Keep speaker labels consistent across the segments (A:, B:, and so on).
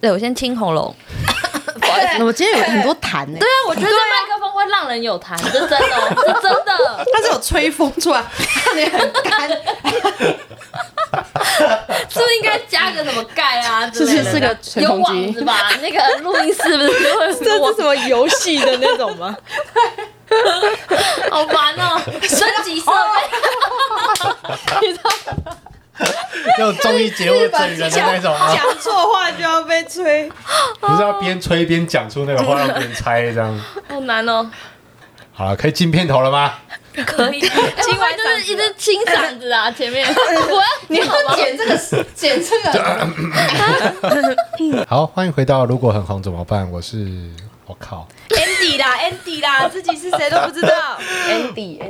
A: 对我先清喉咙，不好意思。
B: 我今天有很多痰呢、
A: 对啊，我觉得麦克风会让人有痰，这真的哦，这真 的，
B: 它是有吹风出来，让你很干，
A: 是不是应该加个什么盖啊之
B: 这
A: 类
B: 是
A: 的？
B: 是个吹
A: 有
B: 风
A: 网子
B: 机。
A: 吧？那个录音室不是会有网
C: 这是什么游戏的那种吗？
A: 好烦哦，升级设备，
D: 那种综艺节目整人的那种啊，
C: 讲错话就要被吹。
D: 不是要边吹边讲出那个话，让别人猜这 样。
A: 好难哦。
D: 好了，可以进片头了吗？
A: 可以，哎今晚就是一直清嗓子 啊，前面我要
B: 你要剪这个，剪这个，
D: 好，欢迎回到《如果很红怎么办》，我是我靠，
C: Andy 啦，Andy 啦，自己是谁都不知道。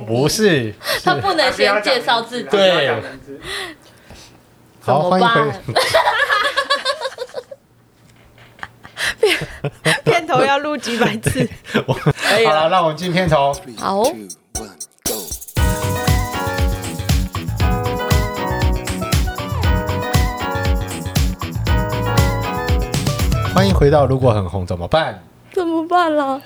D: 不是，
A: 他不能先介绍自己，
D: 对，好，
A: 怎么
D: 欢迎回
A: 办。
C: 片头要录几百次，
D: 我
A: 哎
D: 好了，让我们进片头。
A: 好，
D: 欢迎回到《如果很红怎么办》，
A: 怎么办啦？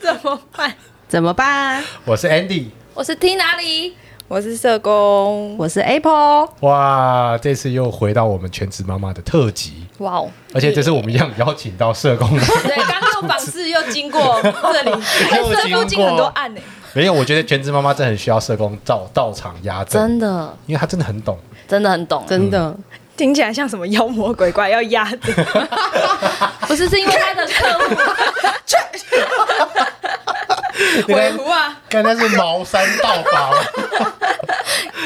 C: 怎么办？
B: 怎么办？
D: 我是 Andy。
A: 我是听哪里？
C: 我是社工，
B: 我是 Apple，
D: 哇，这次又回到我们全职妈妈的特辑，
A: 哇哦，
D: 而且这次我们一样邀请到 社工来。
C: 对，刚刚访视又经过这里，
D: 又
C: 社
D: 经过
C: 工进很多案呢。
D: 没有，我觉得全职妈妈真的很需要社工到到场压阵，
A: 真的
D: 因为她真的很懂。
A: 真的很懂，
B: 真的，
C: 听起来像什么妖魔鬼怪要压 着，
A: 不是是因为他的客户，
C: 鬼狐 啊，
D: 刚才是茅山道法，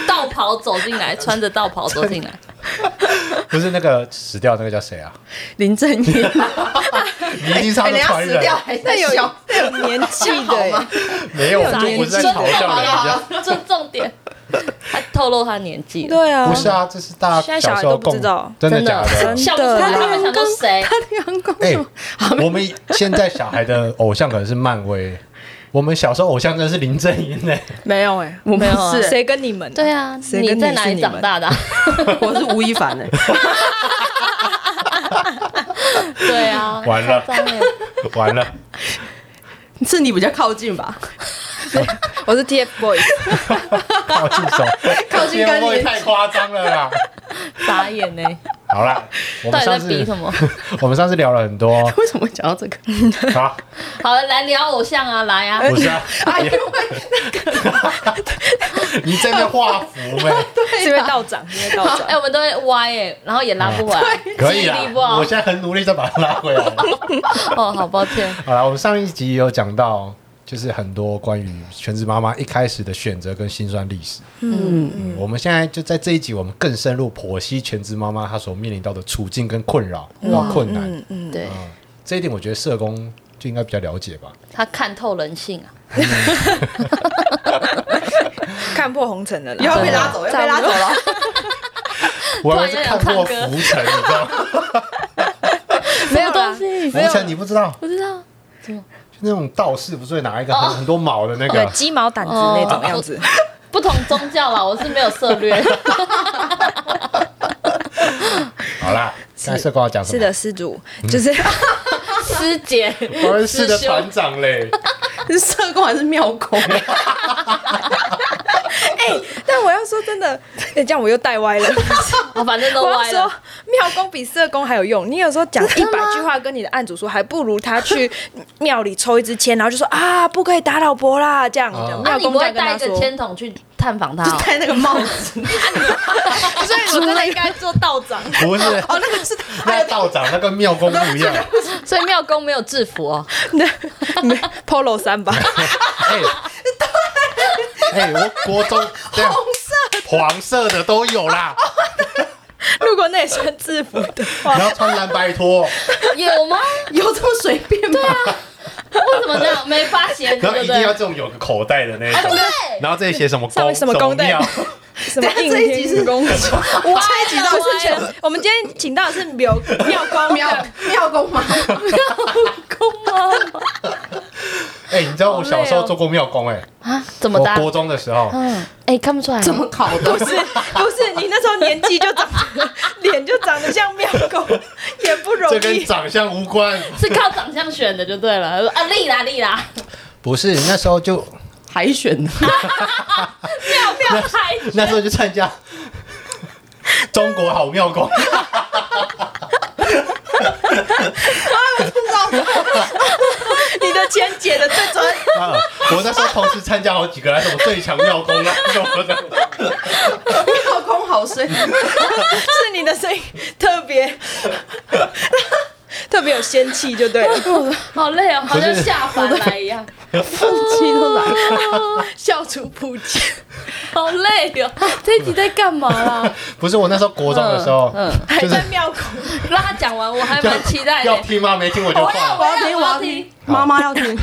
A: 道袍走进来，穿着道袍走进来，
D: 不是那个死掉那个叫谁啊？
B: 林正 英，
D: 你一定是他的传人，
B: 还
C: 那有那有年纪 的欸耶，
D: 没有，我
A: 傻眼
D: 我是在嘲笑人家。
A: 这重点，他透露他年纪了，
C: 对啊
D: 不是啊，这是大
C: 现在小
D: 家小
C: 孩
D: 时候
C: 都不
D: 共
C: 知道
D: 真的
A: 真
D: 假
A: 的
D: 的？
A: 笑不出来，
C: 真的
A: 他们想说谁？
B: 员工
D: 哎，我们现在小孩的偶像可能是漫威，我们小时候偶像真的是林正英呢。
C: 没有哎，
B: 我
A: 没
B: 们
A: 有啊
D: 欸
B: 是，
C: 谁跟你们？
A: 对啊，
C: 谁跟你
A: 在哪
C: 是
A: 里
C: 你们
A: 长大 的啊？
B: 我是吴亦凡哎，
A: 对啊，
D: 完了
A: 夸张欸
D: 完了，
B: 是你比较靠近吧？
C: 我是 TFBOYS，
D: 靠近手，
B: 靠近跟
D: 会不会
B: 你
D: 太夸张了啦。
A: 傻眼欸呢、
D: 好啦，我
A: 到
D: 们
A: 底
D: 上
A: 在比
D: 次
A: 什么？
D: 我们上次聊了很多
B: 为什么会讲到这个？
D: 啊，
A: 好了，来聊偶像啊，来
C: 哎
A: 啊！
D: 不是啊，你 你真的画符呗？
C: 是因为道长，因为道
A: 哎、
C: 长。
A: 我们都会歪哎、然后也拉不回来，
D: 哦可以啦
A: 记忆力不，好
D: 我。现在很努力在把它拉回来。
A: 哦，好抱歉。
D: 好啦，我们上一集有讲到，就是很多关于全职妈妈一开始的选择跟辛酸历史。
B: 嗯，
D: 嗯，我们现在就在这一集，我们更深入剖析全职妈妈她所面临到的处境跟困扰和困难。
C: 嗯嗯，
A: 对
D: 这一点，我觉得社工就应该比较了解吧。
A: 他看透人性啊，
C: 看破红尘了啦，
B: 又要被拉走，又要被拉走了。
D: 我还是看过《浮沉》，你知道吗？
C: 没有
A: 什么
C: 啦
A: 东西？
D: 《浮沉》你不知道，
A: 不知道
D: 就那种道士不是会拿一个很很多毛的那
C: 对
D: 个，
C: 鸡毛掸子那种样 子。
A: 不同宗教啦，我是没有涉 略。
D: 好啦，刚才社工要讲什
C: 是
D: 么？
C: 的，施主
D: 嗯
C: 就是
A: 师姐，
D: 我是是的 团长嘞，
B: 是社工还是庙啊工？
C: 哎，但我要说真的， 哎这样我又带歪了。
A: 我哦反正都
C: 我要
A: 歪
C: 说
A: 了。，啊
C: 庙公比社工还有用。你有时候讲一百句话跟你的案主说，还不如他去 庙里抽一支签，然后就说啊，不可以打老婆啦，这样。
D: 哦
C: 这样
A: 那、
C: 庙
A: 你
C: 公
A: 不
C: 这
A: 会
C: 样跟
A: 带
C: 他
A: 一
C: 说
A: 个，签筒去探访他、 哦？
B: 戴那个帽子，
C: 所以 我真的应该做道长。
D: 不是
B: 哦，那个是
D: 那道长那个庙公不一样。
A: 所以庙公没有制服哦。
C: 你们 Polo 衫吧，
D: 哎，哎，我国中这样黄色的都有啦，
C: 如果那也算制服的话，
D: 然后穿蓝白拖，
A: 有吗？
B: 有这么随便吗？
A: 为什么这样？没发 现，对
D: 然后
A: 不
D: 一定要
A: 对？
D: 这种有个口袋的那种，然后这里写什么
C: 上
D: 宫
C: 面什么宫
D: 庙
C: 殿，什么
B: 等一
C: 应
B: 啊下这一集
C: 天
B: 是
C: 宫，
B: 我这一集到
C: 不
B: 底
C: 是全。我们今天请到的是庙庙公
B: 庙庙工吗？
C: 公吗？
D: 哎、哎、你知道我小时候做过庙工哎、
A: 啊？怎么
D: 我
A: 搭？
D: 国中的时候，
A: 嗯，哎，看不出来，
B: 怎么考的？
C: 不是不是，你那时候年纪就长得脸就长得像庙狗，也不容
D: 这跟
C: 易。
D: 长相无关。
A: 是靠长相选的就对了。 说啊，丽啦丽啦，
D: 不是，那时候就
B: 海选的，
A: 妙妙拍，
D: 那时候就参加中国好庙工，
C: 你的钱解的最准，
D: 啊我那时候同时参加好几个，什么最强庙工啊什么的。
B: 妙工好声音，
C: 是你的声音特别特别有仙气，就对了。
A: 好累哦，好像下凡来一样，
B: 放弃都来了。
C: 笑逐不及，
A: 好累哦。 这一集在干嘛 啦？
D: 不是我那时候国中的时候，
C: 还
D: 就是
C: 在庙口。
A: 让他讲完，我还蛮期待
D: 要
A: 的。
D: 听吗？没听我就放。
A: 哎
B: 我要听，我要 听，妈妈要听。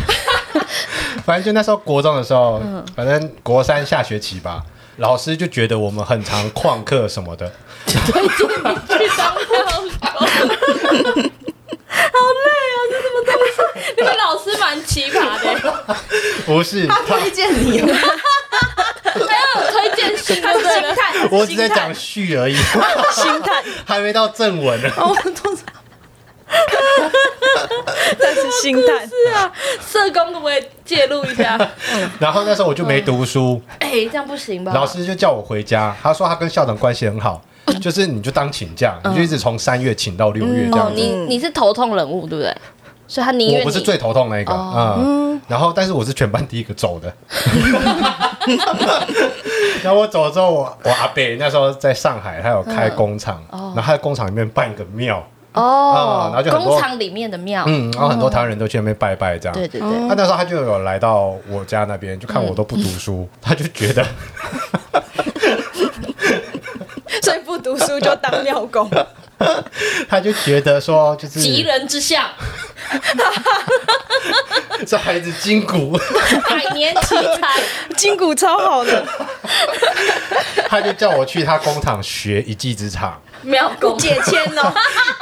D: 反正就那时候国中的时候，反正国三下学期吧，老师就觉得我们很常旷课什么的，
A: 推荐你去当妙狗。好累哦，这什么东西？你们老师蛮奇葩的，
D: 不是
B: 他
D: 他
B: 推荐 你，
A: 还要有推荐信，对
C: 他
A: 不
C: 是
A: 对
C: 心态，
D: 我只在讲序而已，
C: 心态，
D: 还没到正文呢。
B: 哦我都是
C: 但是心态。
A: 是啊，社工可不可以介入一下？
D: 然后那时候我就没读书，
A: 哎、这样不行吧？
D: 老师就叫我回家，他说他跟校长关系 很好，就是你就当请假，你就一直从三月请到六月这
A: 嗯哦
D: 样，
A: 你
D: 子。
A: 你是头痛人物对不对？所以他宁愿哦
D: 我不是
A: 你
D: 最头痛那一个，嗯，然后但是我是全班第一个走的。然后我走了之后，我我阿北那时候在上海，他有开工厂，
A: 嗯
D: 然后他在工厂里面办一个庙，
A: 哦
D: 啊，然后就很多
A: 工厂里面的庙，
D: 嗯，然后很多台湾人都去那边拜拜这样。
A: 对对对，
D: 他那时候他就有来到我家那边，就看我都不读书，他就觉得
C: 所以不读书就当庙工，
D: 他就觉得说就是
A: 吉人之相，
D: 这孩子筋骨，
A: 百年奇才，
C: 筋骨超好的，
D: 他就叫我去他工厂学一技之长。
A: 庙公
C: 解签哦。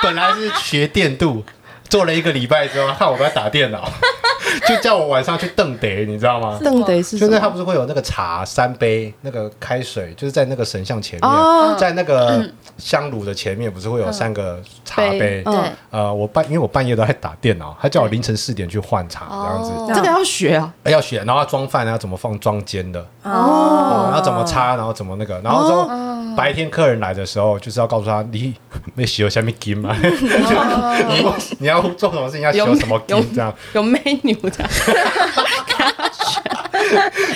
D: 本来是学电镀，做了一个礼拜之后，他看我都在打电脑， 就叫我晚上去瞪碟，你知道吗？
B: 邓得
D: 就
B: 是什
D: 是
B: 么？
D: 他不是会有那个茶三杯那个开水，就是在那个神像前面，
B: 哦
D: 在那个香炉的前面，不是会有三个茶杯？
A: 对
B: 嗯
D: 呃，我半因为我半夜都在打电脑，他叫我凌晨四点去换茶这样子，
A: 哦
B: 这个要学啊，
D: 哎要学，然后装饭啊，怎么放装煎的，
C: 哦，
D: 哦，然后怎么擦，然后怎么那个，然后之后白天客人来的时候，就是要告诉他你没洗有下面金 嘛，就你要你要做什么事情要洗
B: 有
D: 什么
B: 有
D: 金这样，
B: 有 menu 的，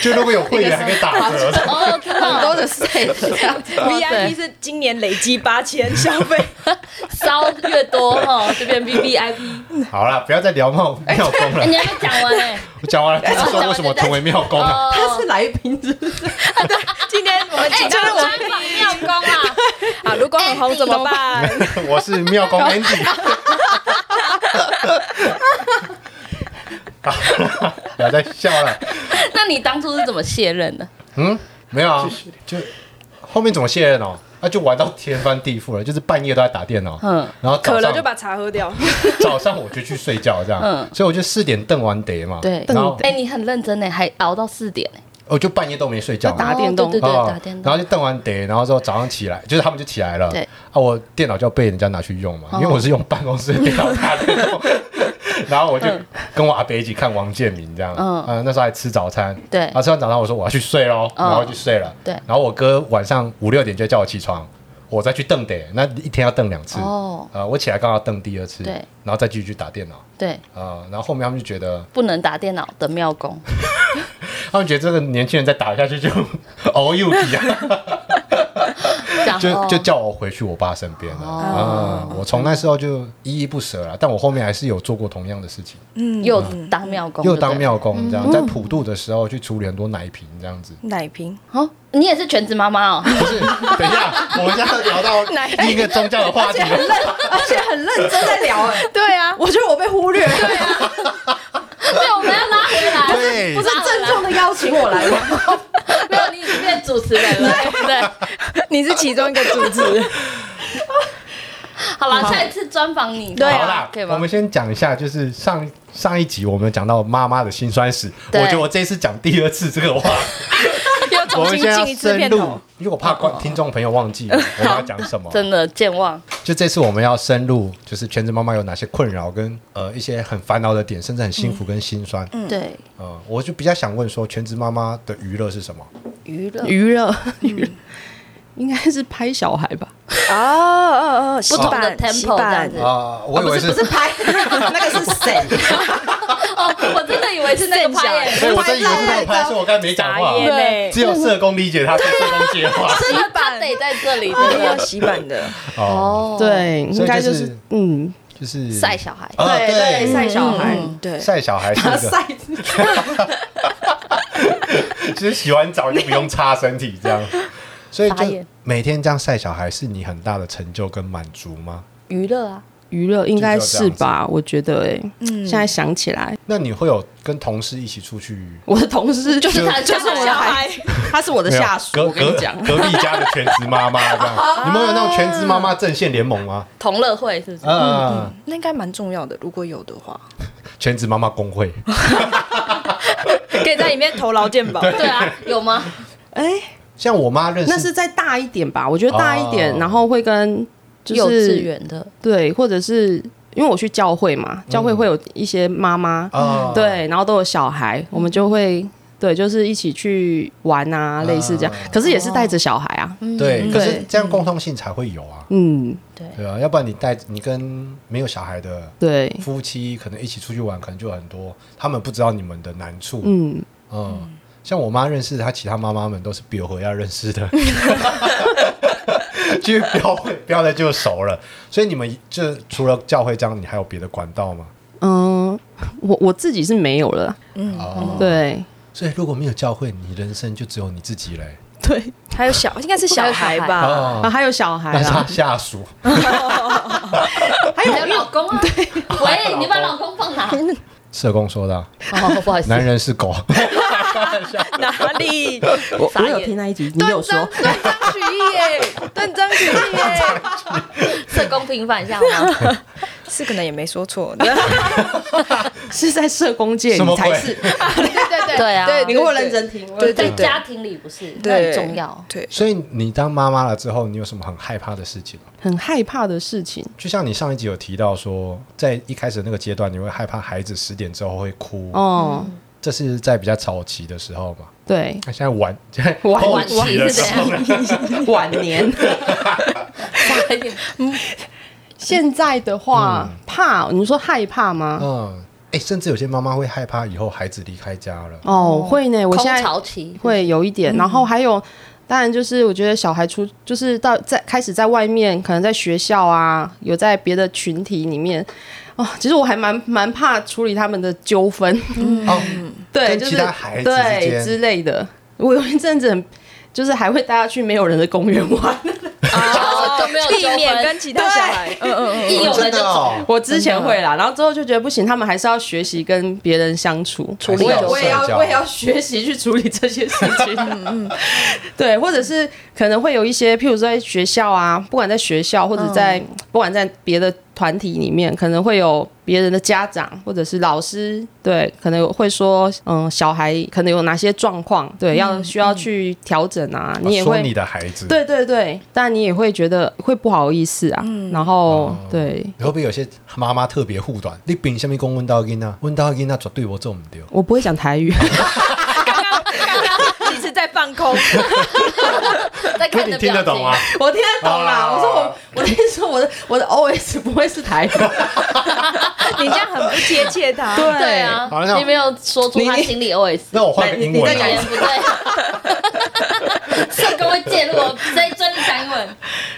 D: 就如果有会员还可以打折，
A: 哦，真的
B: 很
A: 哦
B: 多的 set 这样子。
C: VIP 是今年累积八千消费，
A: 烧越多哦，这边 V V I P，
D: 好了，不要再聊庙庙工
A: 哎，你
D: 了，
A: 还没讲完 哎，
D: 我讲完了，就是说为什么成为庙工
A: 哦
D: 啊？
B: 他是来宾，是不是？
C: 今天我们
A: 哎，
C: 请
A: 这
C: 到
A: 是
C: 了
A: 我
C: 我
A: 们庙公啊，
C: 啊，如果很红怎么办？
D: 我是庙工 Andy。不要再笑了，
A: 那你当初是怎么卸任的？
D: 嗯，没有啊，就后面怎么卸任哦？那、就玩到天翻地覆了，就是半夜都在打电脑，
A: 嗯
D: 嗯，然后
C: 渴
D: 早
C: 了
D: 上
C: 就把茶喝掉，
D: 早上我就去睡觉，这样，
A: 嗯
D: 所以我就四点瞪完碟嘛，
A: 对
D: 然后
A: 哎，你很认真呢，还熬到四点呢，
D: 我就半夜都没睡觉，
A: 打
B: 电动
A: 对对对，
D: 哦
A: 打电
D: 然
A: 动，
D: 后就瞪完碟，然后之后早上起来，就是他们就起来了，
A: 对，哦
D: 啊，我电脑就要被人家拿去用嘛，因为我是用办公室的 电脑打电动，然后我就跟我阿伯一起看王建民这样，
A: 嗯
D: 嗯，那时候还吃早餐，
A: 对
D: 啊，吃完早餐我说我要去睡喽，
A: 嗯
D: 然后就睡了，
A: 对
D: 然后我哥晚上五六点就叫我起床。我再去瞪碟，那一天要瞪两次。
A: 哦
D: 呃，我起来刚好瞪第二次，
A: 对
D: 然后再继续去打电脑。
A: 对，
D: 啊、然后后面他们就觉得，
A: 不能打电脑的庙公，
D: 他们觉得这个年轻人再打下去就 all you 一样，
A: 这样
D: 就
A: 哦
D: 就叫我回去我爸身边了。啊、我从那时候就依依不舍了，但我后面还是有做过同样的事情，
A: 又当庙公，
D: 又
A: 对不对
D: 当庙工这样，在普渡的时候去处理很多奶瓶这样子。
C: 奶瓶
A: 哦，你也是全职妈妈哦，
D: 不是，等一下，我们现在聊到另一个宗教的话题了。
B: 而且很认真在聊， 哎，
A: 对啊，
C: 我觉得我被忽略了，
A: 对，我们要拉回来，
D: 对
B: 不，是 郑重的邀请我来吗？
A: 没有你已经变主持人了，对不对？
C: 你是其中一个主持人，
A: 好啦，下一次专访你。
C: 对啊
D: 好啦
A: 可以，吗
D: 我们先讲一下，就是上上一集我们讲到妈妈的辛酸史，我
A: 对
D: 觉得我这一次讲第二次这个话，
C: 又
D: 我
C: 重
D: 们
C: 新
D: 先要
C: 进一次
D: 深
C: 片
D: 入
C: 头。，
D: 因为我怕观听众朋友忘记我们要讲 什么。
A: 真的健忘，
D: 就这次我们要深入，就是全职妈妈有哪些困扰跟呃一些很烦恼的点，甚至很辛苦跟心酸。嗯，
A: 对
D: 呃，我就比较想问说，全职妈妈的娱乐是什么？
A: 娱乐
B: 娱乐，娱乐应该是拍小孩吧？
C: 哦哦哦，洗
A: 不同的
C: 版
A: tempo
C: 洗
A: 这
C: 版
A: 样子
D: 啊、我以为是，
B: 拍，那个是谁？
A: 哦，我真的以为是那个拍耶，
D: 所以哎我真以为是他拍，所以我刚才没讲话
C: 打，野
A: 对
D: 只有社工理解他，跟社工接话。
A: 真的他得在这里，
C: 对
A: 真
C: 要
A: 的
C: 洗版的，
D: 哦，
A: 哦，
B: 对，应该
D: 所以就
B: 就是
D: 是
B: 嗯，
D: 就是
A: 晒小孩，
D: 啊
B: 对，晒小孩，
C: 嗯，对，
D: 晒小孩是
B: 他
D: 一个，
B: 晒自己，
D: 就是洗完澡就不用擦身体这样，所以
A: 傻
D: 就
A: 眼
D: 每天这样晒小孩是你很大的成就跟满足吗？
A: 娱乐啊，
B: 娱乐应该是吧？我觉得，哎，现在想起来，
D: 那你会有跟同事一起出去？
B: 我的同事就是
A: 他
B: 就是我的孩，他是我的
D: 没有
B: 下属，
D: 啊隔
B: 我跟
D: 隔
B: 你 讲，
D: 隔壁家的全职妈妈这
B: 啊
D: 样，你们有那种全职妈妈阵线联盟吗？
A: 同乐会是不
B: 嗯
A: 是？
D: 啊，
C: 那应该蛮重要的。如果有的话，
D: 全职妈妈工会，
C: 可以在里面投劳健保。
A: 对啊，有吗？
B: 哎，
D: 像我妈认
B: 那是
D: 识，
B: 再大一点吧？我觉得大一点
D: 哦，
B: 然后会跟就是
A: 幼稚园的，
B: 对，或者是因为我去教会嘛，教
D: 嗯
B: 会会有一些妈妈，
D: 啊，
B: 对，然后都有小孩，我们就会。对，就是一起去玩啊，类似这样
D: 啊。
B: 可是也是带着小孩啊，
D: 对，可是
B: 对
D: 这样共通性才会有啊，
B: 嗯，
A: 对，
D: 对啊，要不然你带你跟没有小孩的
B: 对，
D: 夫妻可能一起出去玩，可能就很多，他们不知道你们的难处，
B: 嗯，
D: 嗯，像我妈认识她其他妈妈们都是表回要认识的， 去标会标了就熟了。所以你们就除了教会这样，你还有别的管道吗？
B: 嗯，我我自己是没有了，
D: 哦，
B: 对
D: 所以如果没有教会，你人生就只有你自己嘞。
B: 对，
C: 还有小，应该是小孩吧？
B: 啊，
D: 哦，
B: 还有小孩
D: 那是她
B: 啦，
D: 下属，
A: 还有老公啊， 喂，你把老公放哪？
D: 社工说的啊，
A: 哦，不好意思，
D: 男人是狗，
C: 哪
D: 哦
C: 里？
B: 我
A: 傻
B: 我
A: 眼
B: 有听那一集，你有说
C: 断，章取义耶，断章取义耶，
A: 社工平反一下好吗？
C: 是可能也没说错。
B: 是在社工界
D: 什么
B: 你
D: 鬼
B: 才是，
C: 对对
A: 对啊
C: 对，
B: 你给我认真听，
C: 对
A: 在
C: 对对，
A: 家庭里不是，那
C: 对
A: 很重要。
C: 对，
D: 所以你当妈妈了之后，你有什么很害怕的事情吗？
B: 很害怕的事情，
D: 就像你上一集有提到说，在一开始的那个阶段，你会害怕孩子十点之后会哭，
B: 哦，
D: 这是在比较早期的时候嘛？
B: 对，
D: 那现在晚 现在
B: 晚
D: 后
A: 晚
D: 期
A: 期
D: 的
A: 是
D: 时
A: 怎
D: 候
A: 样
D: 呢？
B: 晚 年。
A: 傻眼
B: 现在的话，怕你说害怕吗？
D: 嗯，哎、甚至有些妈妈会害怕以后孩子离开家了。
B: 哦，会呢，我
A: 空
B: 现在
A: 巢期，
B: 会有一点，然后还有。当然，就是我觉得小孩出，就是到在开始在外面，可能在学校啊，有在别的群体里面，哦，其实我还蛮蛮怕处理他们的纠纷，
D: 哦，
B: 对，
D: 跟
B: 就
D: 其
B: 是
D: 他孩子之
B: 对
D: 间
B: 之类的。我有一阵子很，就是还会带他去没有人的公园玩。
A: 哦就没有
C: 避免
A: 纠
C: 跟其他小孩，嗯嗯
A: 纷一有了
D: 真
A: 就走。
D: 的哦，
B: 我之前会啦，然后之后就觉得不行，他们还是要学习跟别人相处，
D: 处理
B: 我也
D: 好
B: 我也
D: 社交
B: 要我也要学习去处理这些事 情。嗯对，或者是可能会有一些，譬如说在学校啊，不管在学校或者在、不管在别的团体里面，可能会有别人的家长或者是老师，对，可能会说，嗯，小孩可能有哪些状况，对，要需要去调整啊，你也
D: 嗯哦说
B: 会。
D: 你的孩子，，
B: 对对对，但你也会觉得会不好意思啊，然后、对，
D: 会不会有些妈妈特别护短？你凭什么公问到囡仔？问到囡仔绝对我做唔到。
B: 我不会讲台语，
C: 嗯，一直在放空，
A: 在
D: 可
A: 看
D: 是你
A: 的
D: 听得
A: 表
D: 懂
A: 情
D: 啊，？
B: 我听得懂啦。
D: 哦
B: 我说我，我的意思说我的我的 OS 不会是台语，
C: 你这样很不贴切他。
B: 对
A: 对啊
D: 好了那，我
A: 你没有说出他
B: 你
A: 心里 OS。
D: 那我换个英文
B: 你
A: 语
D: 啊
A: 言，不对，社工会介入，我在专利讲英文。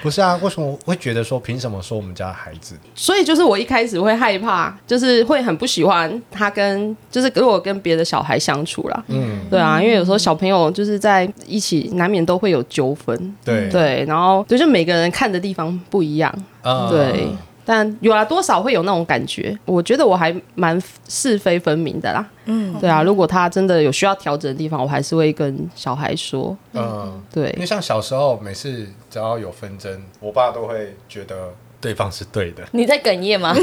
D: 不是啊？为什么我会觉得说凭什么说我们家的孩子？
B: 所以就是我一开始会害怕，就是会很不喜欢他跟就是如果跟别的小孩相处啦，
D: 嗯，
B: 对啊，因为有时候小朋友就是在一起难免都会有纠纷，
D: 对，
B: 嗯对，然后对，就每个人看的地方不一样，
D: 嗯
B: 对。但有啊，多少会有那种感觉。我觉得我还蛮是非分明的啦。嗯，对啊，如果他真的有需要调整的地方，我还是会跟小孩说。
D: 嗯。
B: 对
D: 因，为像小时候，每次只要有纷争，我爸都会觉得。对方是对
B: 嗯
D: 的，
A: 你在哽咽吗？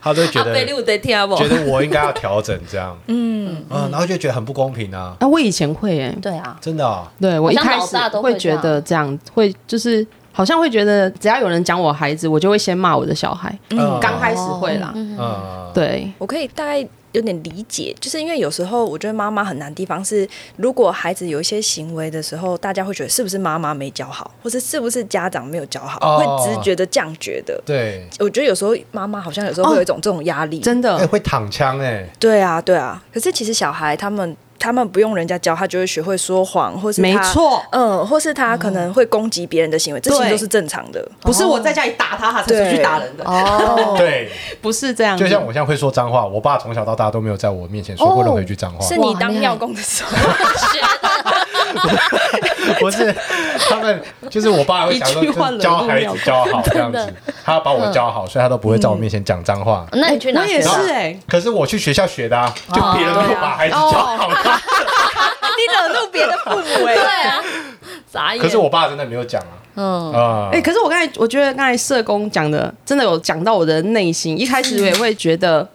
D: 他就会觉
A: 阿
D: 得
A: 贝，你有在听啊不？
D: 觉得我应该要调整这 样，嗯啊，然后就觉得很不公平啊，
B: 啊，我以前会哎、
A: 对啊，
D: 真的啊，
B: 对我一
A: 好像
B: 开
A: 老
B: 始
A: 大都会
B: 会觉得这样，会就是好像会觉得只要有人讲我孩子，我就会先骂我的小孩。
D: 嗯
B: 刚开始会
A: 哦
B: 啦，
D: 嗯，
B: 对，
C: 我可以大概有点理解，就是因为有时候我觉得妈妈很难的地方是，如果孩子有一些行为的时候，大家会觉得是不是妈妈没教好，或是是不是家长没有教好，
D: 哦
C: 会直觉的这样觉得。
D: 对，
C: 我觉得有时候妈妈好像有时候会有一种这种压力，
B: 真
D: 哎，
B: 的，
D: 会躺枪哎，
C: 对啊，对啊。可是其实小孩他们他们不用人家教，他就会学会说谎，或是他
B: 没。错，
C: 嗯，或是他可能会攻击别人的行为，这些
B: 对
C: 都是正常的。
B: 不是我在家里打他，他才出去
C: 对
B: 打人的，
A: 哦，
D: 对，
B: 不是这样子。
D: 就像我现在会说脏话，我爸从小到大都没有在我面前说过任何一句脏话，
C: 是你
A: 哇
C: 当
A: 厉害
C: 尿工的时候，
A: 学的
D: 不是他们，就是我爸会想说，
B: 一句
D: 就
B: 话
D: 是教孩
B: 冷
D: 子教好这样子，他要把我教好，所以他都不会在我面前讲脏话。
A: 那你去哪
B: 我也
A: 学
B: 是
A: 啊？
B: 哎、
D: 可是我去学校学的啊，就别人没有把孩子教好啊。
C: 你惹怒别的父母 哎、
A: 对啊，眨眼。
D: 可是我爸真的没有讲啊，
A: 嗯，
D: 啊
B: 哎、，可是我刚才我觉得刚才社工讲的真的有讲到我的内心，一开始我也会觉得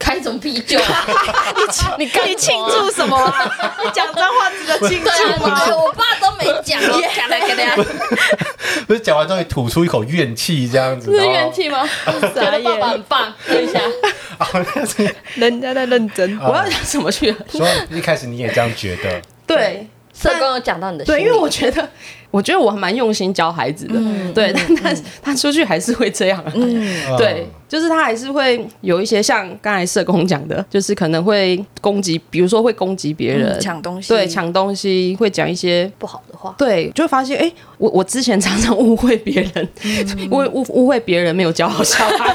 A: 开什么啤酒啊？ 你 干什么啊
B: 你庆祝什么、 啊？你讲脏话值得庆
A: 对啊，
B: 祝
A: 你
B: 吗？
A: 觉得我爸都没讲，我讲来给大家，
D: 不是讲完之后吐出一口怨气这样子，
A: 是怨气吗？ 觉得爸爸很棒，等一下，
D: 然后。然后就是
C: 人家在认真。
D: 啊
B: 我要讲什么去？
D: 说一开始你也这样觉得，
B: 对
A: 社工有讲到你的心
B: 对，
A: 里
B: 因为我觉得，我觉得我还蛮用心教孩子的，
C: 嗯
B: 对，但但是他出去还是会这样啊、
D: 嗯
B: 对，就是他还是会有一些像刚才社工讲的，就是可能会攻击，比如说会攻击别人，
C: 嗯抢东西
B: 对，抢东西，会讲一些
A: 不好的话，
B: 对，就会发现哎、诶我我之前常常误会别人，
C: 嗯
B: 误误误会别人没有教好 小孩，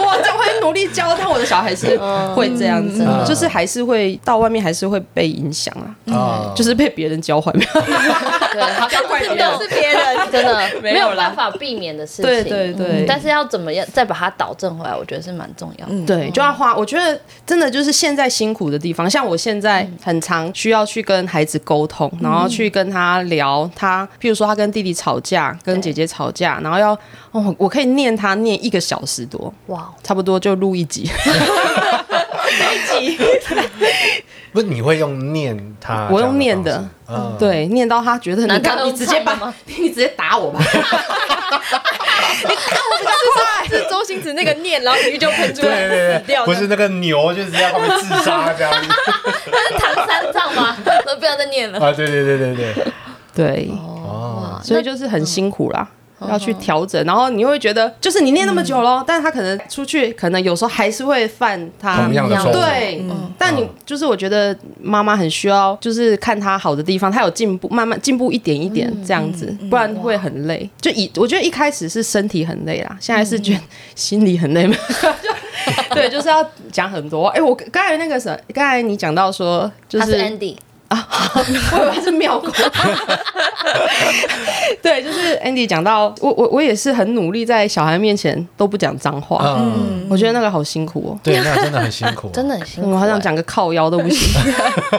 B: 我就会努力教，但我的小孩是会这样子，
D: 嗯
B: 就是还是会到外面还是会被影响啊，
D: 啊
B: 就是被别人教坏，
A: 对，好像
B: 怪别人
A: 都是别人， 真的
B: 没
A: 没
B: 有啦
A: 有办法避免的事情。
B: 对对对
A: 嗯但是要怎么样再把它导正回来，我觉得是蛮重要的。
B: 对，就要花。我觉得真的就是现在辛苦的地方，像我现在很常需要去跟孩子沟通，然后去跟他聊他，譬如说他跟弟弟吵架，跟姐姐吵架，然后要哦，我可以念他念一个小时多，
A: 哇，
B: 差不多就录一 集。
D: 不是你会用念他，
B: 我用念的，
D: 嗯，
B: 对，念到他觉得你
A: 难道
B: 刚
A: 用
B: 你直接
A: 唱的
B: 把
A: 吗
B: 你直接打我吧，
C: 是周星驰那个念，然后鱼就喷出
D: 对
C: 来死
D: 对对
C: 掉
D: 对，
C: 的，
D: 不是那个牛就是在旁边自杀这样子
A: 那是唐三藏吗？ 都不要再念了。
D: 啊，对对对对对，
B: 对，
D: 哦，
B: 所以就是很辛苦啦。要去调整，然后你会觉得，就是你念那么久咯，但是他可能出去，可能有时候还是会犯他
D: 同样的嗯错误，
B: 嗯对，但你就是我觉得妈妈很需要，就是看她好的地方，她有进步，慢慢进步一点一点这样子，不然会很累。就以我觉得一开始是身体很累啦，现在是觉得心里很累嘛。就 对，就是要讲很多。哎、我刚才那个什么，刚才你讲到说，就
A: 他
B: 是
A: 是 Andy，
B: 我以为他是妙公。 对，就是 Andy 讲到，我我我也是很努力，在小孩面前都不讲脏话。
D: 嗯，
B: 我觉得那个好辛苦哦、
D: 对，那 真的很辛苦，
A: 真的很辛苦。
B: 我好想讲个靠腰都不行，
A: 哎，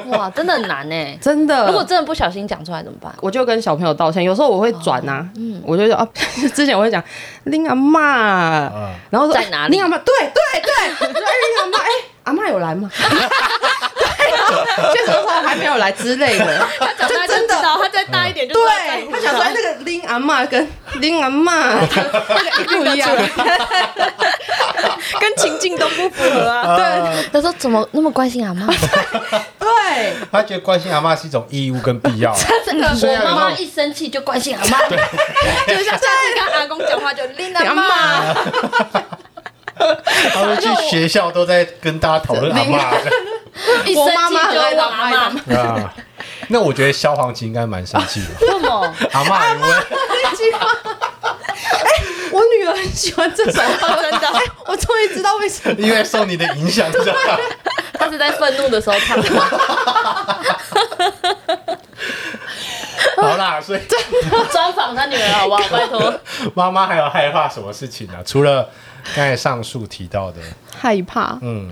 A: 哇，真的很难 哎。
B: 真的。
A: 如果真的不小心讲出来怎么办？
B: 我就跟小朋友道歉，有时候我会转呐、
A: 嗯
B: 我就说啊， 之前我会讲林阿妈，
D: 啊，
B: 然后说
A: 在哪里
B: 哎林阿妈，对对对，我说哎林阿妈，哎阿妈有来吗？ 对啊，确实说还没有来之类的，
A: 他
B: 就真的。
A: 道，他再大一点就知道在
B: 对他想说，哎，那个林阿妈跟林阿妈那个一模一样，
C: 跟情境都不符合啊。
D: 对，
A: 他说怎么那么关心阿妈？
B: 对，
D: 他觉得关心阿妈是一种义务跟必要，
A: 这个
D: 虽然
A: 我妈妈
D: 说
A: 一生气就关心阿妈，
C: 就像下次跟阿公讲 话就拎
B: 林阿妈，
D: 他们去学校都在跟大家讨论阿妈
A: 一生
B: 我妈
A: 气
B: 妈
A: 就
B: 很爱
A: 问
B: 她
A: 阿妈，
D: 啊。那我觉得萧煌奇应该蛮生气的，
A: 为什么？
D: 阿妈也会，
B: 哎我女儿很喜欢这首歌，真的，哎，我终于知道为什么。
D: 因为受你的影响，知道吧？
A: 他是在愤怒的时候唱的。
D: 好啦，所以
A: 专访他女儿好不 好？拜托，
D: 妈妈还有害怕什么事情呢、啊？除了刚才上述提到的，
B: 害怕，
D: 嗯，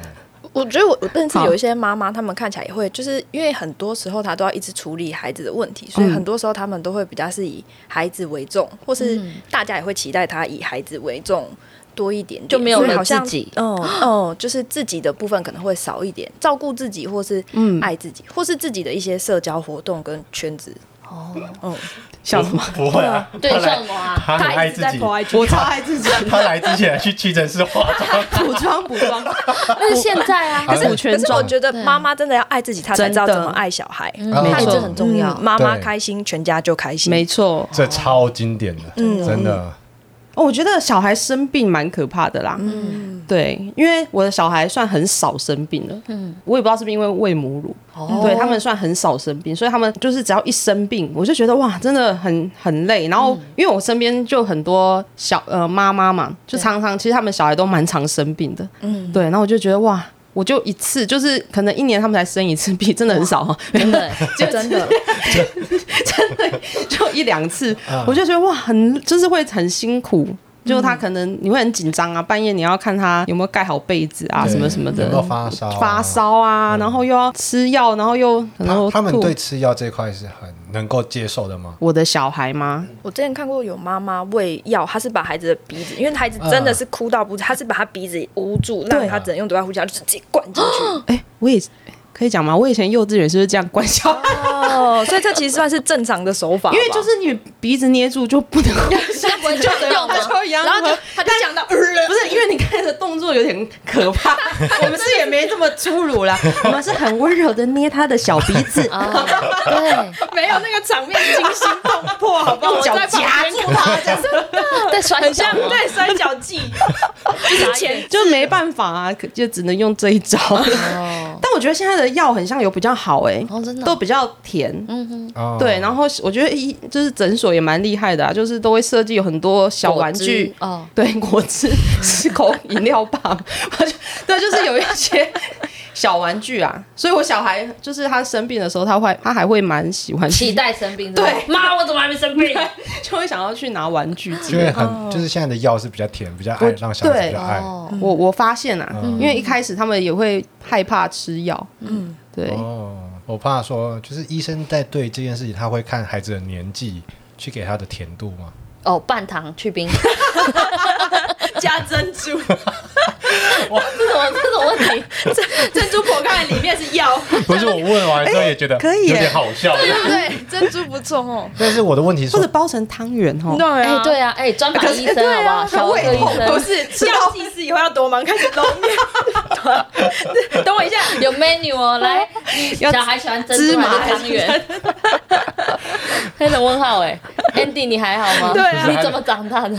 C: 我觉得我我认识有一些妈妈，她们看起来也会，就是因为很多时候她都要一直处理孩子的问题，所以很多时候她们都会比较是以孩子为重，或是大家也会期待她以孩子为重多一点点，
A: 就没有
C: 所以
A: 了
C: 好像
A: 自己
C: 哦哦，就是自己的部分可能会少一点，照顾自己或是爱自己，或是自己的一些社交活动跟圈子。哦，
B: 笑什么？
D: 不会啊，
A: 对
D: 他来
A: 像我啊
D: 他很爱自己。
B: 我超爱自己
D: 他来之前去屈臣氏化 妆，
B: 补妆补妆，
A: 那是现在啊，
D: 可
B: 是补
C: 可
B: 全
C: 是我
B: 妆。
C: 觉得妈妈真的要爱自己，她才知道
B: 真
C: 怎
B: 的
C: 么爱小孩。
D: 没
A: 爱
D: 错
A: 这很重要
C: 嗯。妈妈
D: 对
C: 开心，全家就开心。
B: 没错，
D: 这超经典的，
B: 嗯
D: 真的。
B: 哦，我觉得小孩生病蛮可怕的啦。嗯，对，因为我的小孩算很少生病了。嗯，哦我也不知道是不是因为喂母乳，对他们算很少生病，所以他们就是只要一生病，我就觉得哇，真的很很累。然后、因为我身边就很多小呃妈妈嘛，就常常其实他们小孩都蛮常生病的。嗯，对，然后我就觉得哇。我就一次，就是可能一年他们才生一次病，真的很少哈、
A: 真的，
C: 就真的，
B: 就一两次，我就觉得哇，很就是会很辛苦。就是他可能你会很紧张啊，半夜你要看他有没有盖好被子啊，
D: 对
B: 什么什么
D: 有没有
B: 的，
D: 发烧啊？
B: 发烧啊，然后又要吃药，然后又可能
D: 他
B: 又
D: 他们
B: 吐
D: 对吃药这块是很能够接受的吗？
B: 我的小孩吗？
C: 我之前看过有妈妈喂药，她是把孩子的鼻子，因为孩子真的是哭到不止，她是把他鼻子捂住，让他只能用嘴巴呼吸，她就是直接灌进去。
B: 哎，我也可以讲吗？我以前幼稚园是不是这样关小孩？
C: 哦，所以这其实算是正常的手法吧，
B: 因为就是你鼻子捏住就不能，
A: 他不会就掉吗
B: 他？就一样
A: 然后就他就讲到，呃
B: 不是因为你看的动作有点可怕，我们是也没这么粗鲁啦，我们是很温柔的捏他的小鼻子，
A: 啊，对，
C: 没有那个场面惊喜，
B: 动破好不好？
C: 我在
B: 脚
C: 旁边
B: 夹住他，这样子
A: 在摔跤吗，
C: 对摔跤技，就是前
B: 就没办法啊，可就只能用这一招。
A: 哦，
B: 但我觉得现在的药很像有比较好哎、
A: 哦真的哦
B: 都比较甜。
D: 哦
B: 对，然后我觉得一就是诊所也蛮厉害的啊，就是都会设计有很多小玩具
A: 果汁，哦，
B: 对， 果汁、吃口饮料棒， 对，就是有一些小玩具啊。所以我小孩就是他生病的时候，他会他还会蛮喜欢，
A: 期待生病，是吧
B: 对，
A: 妈，我怎么还没生 病？
B: 就会想要去拿玩具之
D: 就
B: 类
D: 会
B: 的。
D: 很，就是现在的药是比较甜，比较爱让小孩子比较爱。
A: 哦，
B: 我我发现啊，
D: 嗯
B: 因为一开始他们也会害怕吃药，嗯，对，
D: 哦，我怕说，就是医生在对这件事情，他会看孩子的年纪去给他的甜度 嘛。
A: 哦，半糖去 冰，
C: 加珍珠，
A: 这什么这种问题？
C: 珍珠婆看来里面是药，
D: 不是我问完之后也觉得
B: 哎可以耶
D: 有点好 笑，
C: 对不对？珍珠不错哦，
D: 但是我的问题是
B: 或，者包成汤圆哦。
C: 对
A: 哎，对啊，哎，专访医生
B: 对
A: 好不
B: 啊
A: 好？小
B: 胃
A: 儿科医
B: 痛
A: 生
C: 是药剂师以后要多忙，开始弄面。等我一下，
A: 有 menu 哦，来，
B: 要
A: 小孩喜欢珍
B: 芝
A: 珠
B: 麻
A: 还是汤圆？ 黑人问号哎，Andy 你还好吗？
C: 对啊
A: 你怎么长大的？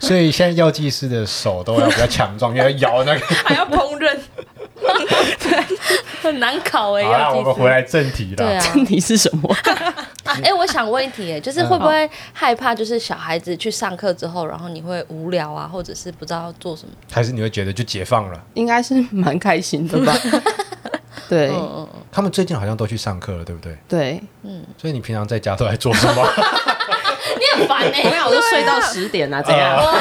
D: 所以现在药剂师的手都要比较强壮，要摇那个。
C: 还要烹饪，
A: 很难考哎，
D: 好啦，
A: 要
D: 我
A: 记
D: 们
A: 住
D: 回。来正题
A: 对
D: 啦。
A: 啊，
B: 你是什么？
A: 哎、我想问一题，哎，就是会不
D: 嗯
A: 会害怕，就是小孩子去上课之后，然后你会无聊啊，或者是不知道做什么？
D: 还是你会觉得就解放了？
B: 应该是蛮开心 的吧？对
A: 嗯嗯，
D: 他们最近好像都去上课了，对不对？
B: 对，
D: 所以你平常在家都在做什 么？
A: 你很烦啊哎、
B: 我想我就睡到十点啊，怎样？
D: 哦
A: 哇，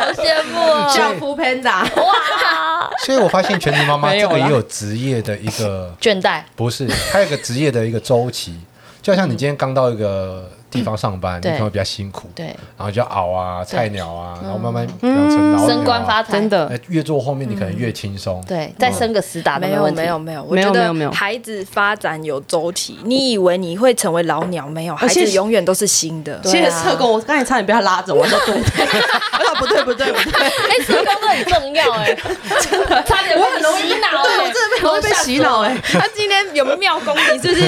A: 好羡慕 哦、
B: 叫 f o o Panda，
A: 哇，
D: 所以我发现全职妈妈
B: 没有
D: 这
B: 啦
D: 个也有职业的一 个，
A: 倦怠，
D: 不是，它有一个职业的一个周期。就像你今天刚到一个地方上班，你
A: 嗯对
D: 可能会比较辛苦，
A: 对，嗯
D: 然后就熬啊、菜鸟啊，然后慢慢养成老鸟啊
A: 升官发财，
B: 真，的
D: 哎越做后面你可能越轻松。嗯
A: 对，再升个十打都
C: 没
A: 问
C: 有
A: 题。
C: 没有没有，我
B: 没有
C: 觉
B: 没有没有
C: 得孩子发展有周期，你以为你会成为老鸟，没有，孩
B: 谢
C: 子
B: 谢
C: 永远都是新的。
B: 谢谢社工，我刚才差点被他拉走，我说 对对，我啊说不对不对不对，
A: 哎、社工都很重要哎、 真的，差点
B: 我
A: 被
B: 很容易
A: 洗脑、哎
B: 对 我真的被容易被洗脑哎，
C: 他今天有妙功，你是不是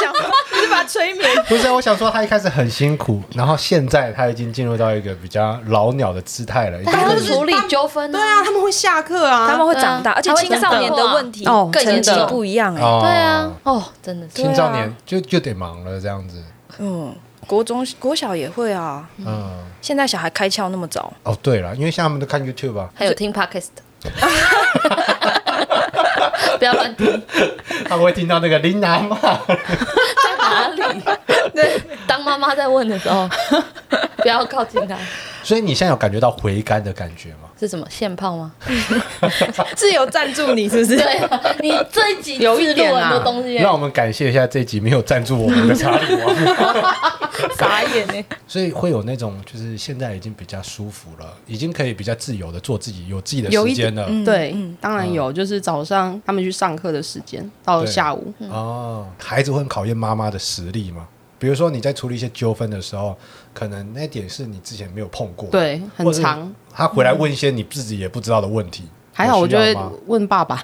C: 讲话？你是把他催眠？
D: 不是，我想说他一开始很辛苦，然后现在他已经进入到一个比较老鸟的姿态了，已经
A: 他
B: 就
A: 会
B: 是
A: 处理纠纷
B: 对啊，他们会下课啊，
C: 他们会长大，
A: 对啊
C: 而且青少年的问题
B: 他会长大哦
C: 更
A: 真
C: 年
A: 的
C: 期不一样哎、
D: 哦
A: 对啊，哦，真的是
D: 青少年就就得忙了这样子。
C: 嗯，国中国小也会啊，
D: 嗯，
C: 现在小孩开窍那么早，
D: 哦对了，因为现在他们都看 YouTube 啊，
A: 还有听 podcast，不要乱听，
D: 他们会听到那个琳娜嘛，
A: 在哪里？对，当妈妈在问的时候，不要靠近他。
D: 所以你现在有感觉到回甘的感觉吗？
A: 是什么现泡吗？
C: 是有赞助你是不是？
A: 对啊，你这一集
B: 有一
A: 自录
B: 点
A: 很多
B: 啊
A: 东西耶，
D: 让我们感谢一下这一集没有赞助我们的查理王，
C: 傻眼
A: 欸
C: 呢、
D: 所以会有那种就是现在已经比较舒服了，已经可以比较自由的做自己，有自己的
B: 有
D: 时
B: 一
D: 间了。
B: 对，当然有，就是早上他们去上课的时间到
D: 对
B: 下午，
D: 哦，孩子会很考验妈妈的实力嘛？比如说你在处理一些纠纷的时候，可能那点是你之前没有碰过，，
B: 对，很长。。
D: 他回来问一些你自己也不知道的问题，
B: 还好，
D: 有
B: 我
D: 需
B: 就
D: 要
B: 会
D: 吗
B: 问爸爸，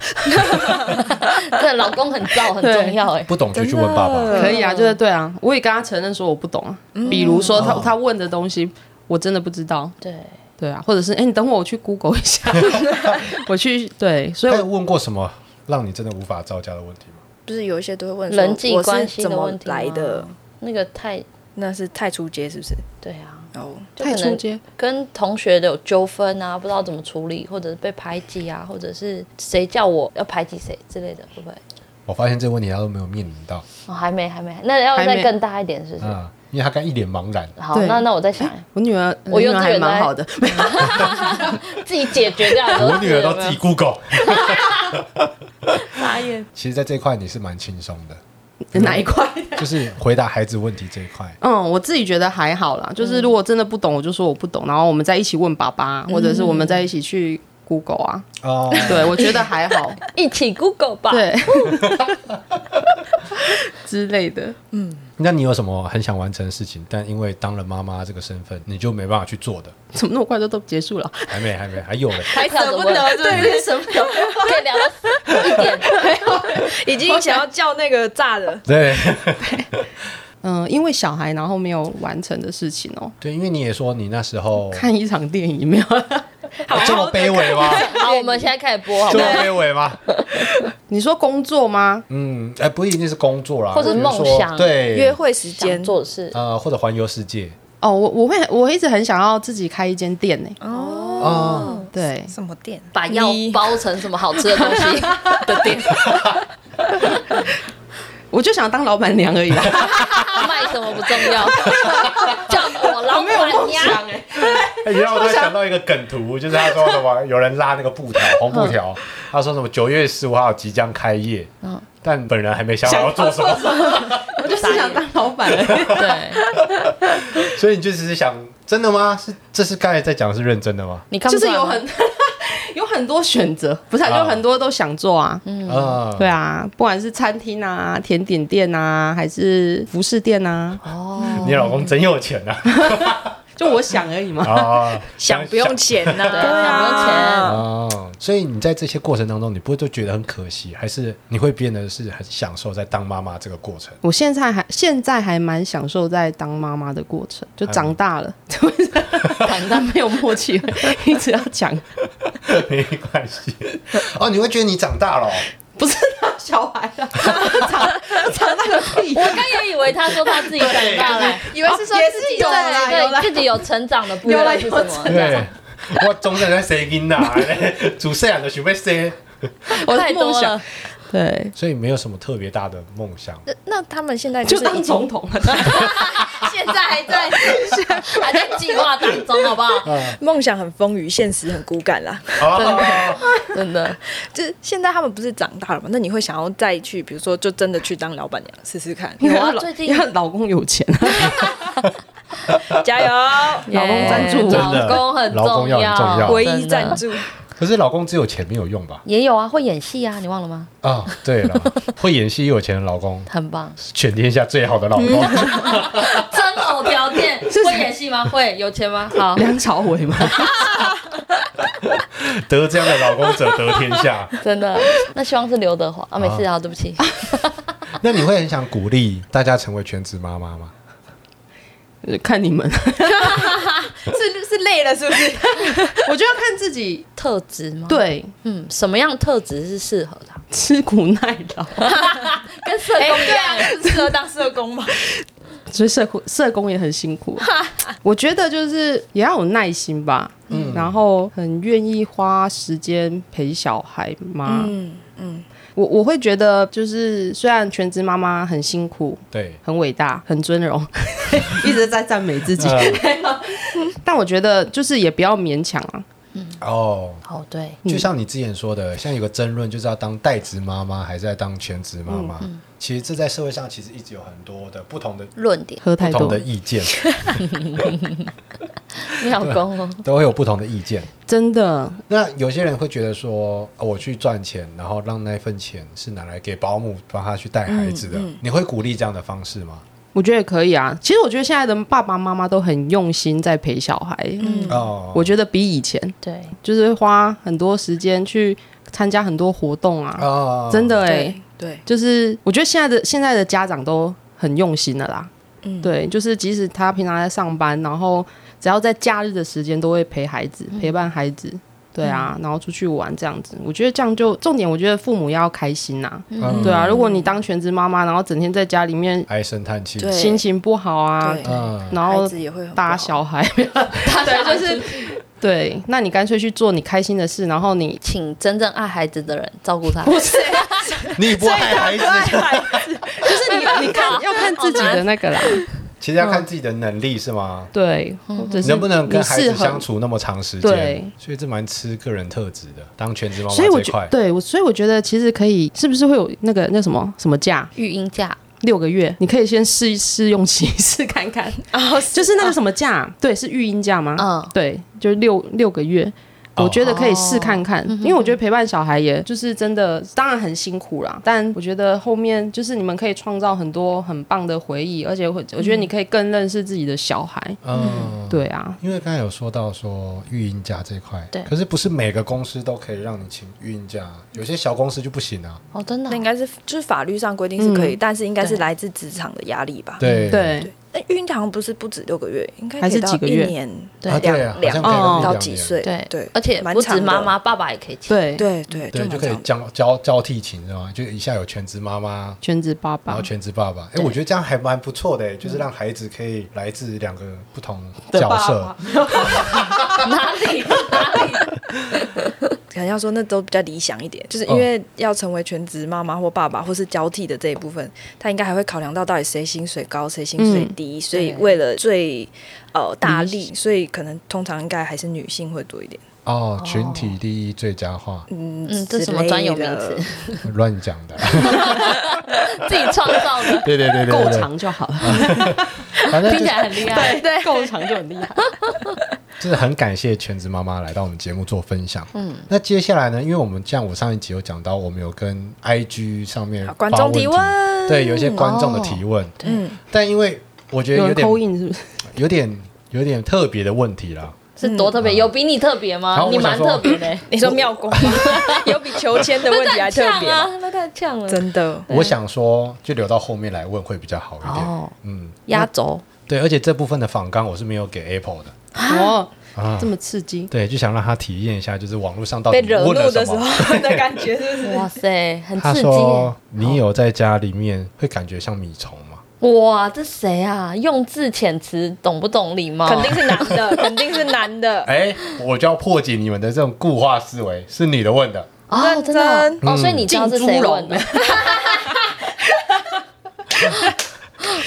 A: 对，老公很燥很
B: 对
A: 重要哎。
D: 不懂就去问爸
C: 真
D: 爸。
A: 嗯
C: 的
B: 可以啊，就是对啊，我也跟他承认说我不懂啊。比如说他他问的东西，我真的不知道，
A: 对，
B: 对啊，或者是哎、你等我，我去 Google 一 下，我去对，所以
D: 他有
B: 我
D: 问过什么让你真的无法招架的问题吗？
C: 就是有一些都会问
A: 人际
C: 说我
A: 关
C: 是
A: 系
C: 怎
A: 的
C: 么
A: 问题吗
C: 来的，
A: 那个太
C: 那是太出街是不是？
A: 对啊，
C: 哦，
A: 就
B: 太
A: 可
B: 出
A: 能
B: 街，
A: 跟同学有纠纷啊，不知道怎么处理，或者是被排挤啊，或者是谁叫我要排挤谁之类的，会不会？
D: 我发现这个问题他都没有面临到，
A: 哦，还没，还没，那要
B: 还没
A: 再更大一点，是不是？
D: 嗯，因为他刚一脸茫然，
A: 好，
B: 对
A: 那那我再想
B: 我女儿，
A: 我
B: 女
A: 幼
B: 儿
A: 稚
B: 还
A: 园
B: 蛮
A: 来
B: 好的，没有
A: 自己解决掉。
D: 我女儿都自己 Google。
A: 傻 眼。
D: 其实，在这一块你是蛮轻松的，
B: 哪一 块？
D: 就是回答孩子问题这一块。
B: 嗯，我自己觉得还好啦，
A: 嗯
B: 就是如果真的不懂，我就说我不懂，然后我们再一起问爸爸，或者是我们再一起去 Google 啊，
D: 哦，
B: 对我觉得 还好，
A: 一起 Google 吧。，
B: 对 之类的。
D: 那你有什么很想完成的事情，但因为当了妈妈这个身份，你就没办法去做的？
B: 怎么那么快就都结束了？
D: 还没，还没，还有嘞。，
C: 哎
A: 还哎舍不
C: 还
A: 得，
B: 对，什么？
A: 可以聊到一点。
C: 已经想要叫那个炸的
D: 对
B: 嗯、因为小孩然后没有完成的事情哦，
D: 对，因为你也说你那时候
B: 看一场电影没有？
D: 这么卑微吗？
A: 好，我们现在开始播，好
D: 这
A: 不
D: 么
A: 好？
D: 卑微吗？
B: 你说工作吗？
D: 嗯，哎，不一定是工作啦，
A: 或者
D: 比如说
A: 梦想
C: 约
D: 对，
C: 会时间
A: 想做的事，
B: 啊
D: 呃，或者环游世界
B: 哦，我我会我一直很想要自己开一间店呢、
C: 哦，
D: 哦，
B: 对，
C: 什么店？
A: 把药
B: 你
A: 包成什么好吃的东西 的店，
B: 我就想当老板娘而已啦。
A: 卖什么不重要，叫我老板娘。
D: 哎然后我突然想到一个梗图， 就是他说什么有人拉那个布条，红布条，他说什么九月十五号即将开业，嗯，但本人还没想好要做什么，
B: 我就是想当老板而已。
A: 对，
D: 所以你就只是想，真的吗？是这是刚才在讲的是认真的吗？
A: 你看
B: 就
A: 不出
B: 是
A: 来吗
B: 有很 有很多选择，不是啊、
D: 啊
B: 有很多都想做啊。
D: 嗯，
B: 对啊，不管是餐厅啊、甜点店啊，还是服饰店啊，
D: 你老公真有钱啊 呐，
B: 就我想而已嘛。
D: 啊，
C: 想不用钱呐、
A: 对啊，
D: 哦，所以你在这些过程当中，你不会就觉得很可惜，还是你会变得是很享受在当妈妈这个过程？
B: 我现在还现在还蛮享受在当妈妈的过程，就长大 了，长大没有默契，一直要讲，
D: 没关系，哦，你会觉得你长大了哦、
B: 不是当小孩了， 长长大个屁！
A: 我刚也以为他说他自己长大了，
C: 以为是说
B: 也
C: 自
B: 是
C: 己
B: 有啦，有
A: 对
B: 啦，
A: 自己有成长的部
B: 有啦
A: 分是什
B: 有
A: 么？
D: 对，我总在在生囡仔， 主持人就想要生，
B: 我
A: 太
B: 的梦
A: 多
B: 想
A: 了，
B: 对，
D: 所以没有什么特别大的梦想。
C: 那那他们现在
B: 就是当
C: 已
B: 总
C: 经
B: 统了。
A: 现在还在还在计划当中，好不 好？
D: 啊
C: 梦想很丰腴，现实很骨感啦。
D: 哦，
A: 真的，
C: 就是现在他们不是长大了吗？那你会想要再去，比如说就真的去当老板娘试试看？
A: 有啊
B: 因为
A: 最近
B: 因为老公有钱，
C: 加 油！
B: 老公赞助
A: 耶
D: 真
B: 我
D: 的
A: 老公很
D: 老公要很重要
C: 唯一赞
A: 真的
C: 助，
D: 可是老公只有钱没有用吧？
A: 也有啊，会演戏啊，你忘了吗？
D: 啊、对了，会演戏又有钱的老公，
A: 很棒，
D: 全天下最好的老公。
A: 真偶条件，会演戏吗？会，有钱吗？好，
B: 梁朝伟嘛，
D: 得这样的老公者得天下。
A: 真的，那希望是刘德华啊，没事啊，对不起，
D: 那你会很想鼓励大家成为全职妈妈吗？
B: 呃看你们，
C: 是是累了是不是？
B: 我就要看自己。
A: 特质吗？，
B: 对，
A: 嗯，什么样特质是适合的？
B: 吃苦耐劳，
A: 跟社工一样，
C: 是适合当社工吗？
B: 所以社工社工也很辛 苦。我觉得就是也要有耐心吧，
D: 嗯
B: 然后很愿意花时间陪小孩嘛。
C: 嗯嗯，
B: 我我会觉得，就是虽然全职妈妈很辛苦、
D: 对，
B: 很伟大、很尊 荣，一直在赞美自己，
D: 嗯
B: 但我觉得就是也不要勉强啊。
D: 哦，
A: 哦，对，
B: 嗯
D: 就像你之前说的，像有个争论，就是要当代职妈妈还是要当全职妈妈。
B: 嗯
D: 其实这在社会上其实一直有很多的不同的
A: 论点
B: 喝太
D: 不同
B: 多
D: 的，意 见，
A: 你老公哦，
D: 都会有不同的意见。
B: 真的
D: 那有些人会觉得说，啊我去赚钱，然后让那份钱是拿来给保姆帮他去带孩子的。
B: 嗯
D: 你会鼓励这样的方式吗？
B: 我觉得也可以啊。其实我觉得现在的爸爸妈妈都很用心在陪小孩，嗯，
D: 哦，
B: 我觉得比以前
A: 对，
B: 就是花很多时间去参加很多活动啊，
D: 哦，
B: 真的哎、
C: 对对，
B: 就是我觉得现在的现在的家长都很用心了啦。
C: 嗯
B: 对，就是即使他平常在上班，然后只要在假日的时间都会陪孩子，
C: 嗯
B: 陪伴孩子。对啊，然后出去玩这样子，我觉得这样就重点，我觉得父母要开心呐、
D: 嗯
B: 对啊，如果你当全职妈妈，然后整天在家里面
D: 唉声叹气，
C: 对
B: 心情不好啊，
C: 对
D: 嗯，
B: 然
C: 孩
B: 后
C: 子也会很
B: 打
C: 小，
B: 小孩，
A: 对，就是
B: 对，那你干脆去做你开心的事，然后你
A: 请真正爱孩子的人照顾他。
D: 你不爱 孩
B: 啊
D: 子，
B: 就 是你你
C: 哦
B: 看 要看自己
A: 哦
B: 的那个啦，
D: 其实要
B: 嗯
D: 看自己的能力是吗？
B: 对，或者是
D: 能不能跟
B: 你
D: 孩子
B: 适合
D: 相处那么长时间
B: 对？
D: 所以这蛮吃个人特质的，当全职妈妈
B: 所以我
D: 这一
B: 觉
D: 块，
B: 对我，所以我觉得其实可以，是不是会有那个那什么什么假
A: 育婴假，
B: 六个月？你可以先试一试用期 试看看， 就是那个什么假，对，是育婴假吗？
A: 嗯
B: 对，就是六六个月。
D: 哦
B: 我觉得可以试看看，因为我觉得陪伴小孩也就是真的，当然很辛苦啦，但我觉得后面就是你们可以创造很多很棒的回忆，而且会我觉得你可以更认识自己的小孩。
D: 嗯，
B: 对啊，
D: 因为刚才有说到说育婴假这一块，
A: 对
D: 可是不是每个公司都可以让你请育婴假，有些小公司就不行啊。
A: 哦，真的
C: 那应
A: 哦，
C: 该是就是法律上规定是可以，但是应该是来自职场的压力吧？，
D: 对
B: 对，
C: 那孕糖不是不止六个月，应该
B: 还是
C: 可以到
B: 几个
C: 一
B: 月
C: 年
D: 啊
A: 对
D: 对啊，好像
C: 两
D: 可以让你
B: 哦
C: 到
D: 两
C: 几
D: 年？
C: 岁？
A: 对
C: 对，
A: 而且
C: 蛮
A: 不止
C: 长的
A: 妈妈，爸爸也可以请。
B: 对，
C: 对对
D: 对，就
C: 蛮
D: 可以
C: 长的
D: 交交交替请是吧？就一下有全职妈妈，
B: 全职爸
D: 然
B: 爸
D: 后，全职爸爸。哎，我觉得这样还蛮不错的，就是让孩子可以来自两个不同
B: 的
D: 角
B: 爸
D: 色
B: 爸。
A: 哪里哪里？
C: 可能要说那都比较理想一点，就是
D: 嗯
C: 因为要成为全职妈妈或爸爸，或是交替的这一部分，他应该还会考量到到底谁薪水高，谁薪水低，所以为了最呃大力，所以可能通常应该还是女性会多一点。
D: 哦，群体第一最佳化，
C: 嗯
A: 嗯，这什么专有名词？
C: 之类的？
D: 乱讲的。
A: 自己创造的，
D: 对对对对
B: 够
D: 对，
B: 长就好了。
D: 反正
A: 听
D: 就
A: 起来很厉害。
B: 对， 够长就很厉害。
D: 真的很感谢全职妈妈来到我们节目做分享。嗯，那接下来呢？因为我们像我上一集有讲到，我们有跟 IG 上面
C: 好啊观众提
D: 发问
C: 问
D: 题，对，有一些观众的提问。
C: 嗯，
D: 但因为我觉得
B: 有
D: 有
B: 人扣
D: 点
B: 印是不是？
D: 有点有点特别的问题啦。
A: 是多
B: 嗯
A: 特别？有比你特别
D: 好
A: 吗？
D: 我
A: 你蛮
D: 想说
A: 特别 的，
C: 你说妙光吗 有比求签的问题还特 别
A: 呛
C: 吗？
A: 啊，那太呛了。
C: 真的，
D: 我想说，就留到后面来问会比较好一点。
A: 哦，
D: 嗯，
A: 压轴
D: 对，而且这部分的访纲我是没有给 Apple 的。
B: 哦，
D: 啊
B: 这么刺激，
D: 对，就想让他体验一下，就是网络上到底
C: 被惹
D: 问了
C: 怒
D: 什
C: 的时
D: 么。
C: 候 的感觉是不是？
A: 哇塞，很
D: 他
A: 刺激耶
D: 说：“！你有在家里面会感觉像米虫吗？”
A: 哇，这谁啊？用字遣词懂不懂礼貌？
C: 肯定是男 的，肯定是男的。
D: 哎，我就要破解你们的这种固化思维，是女的问的。
A: 哦，
C: 认
A: 真
C: 真
A: 的哦哦，所以你知道是谁问 的？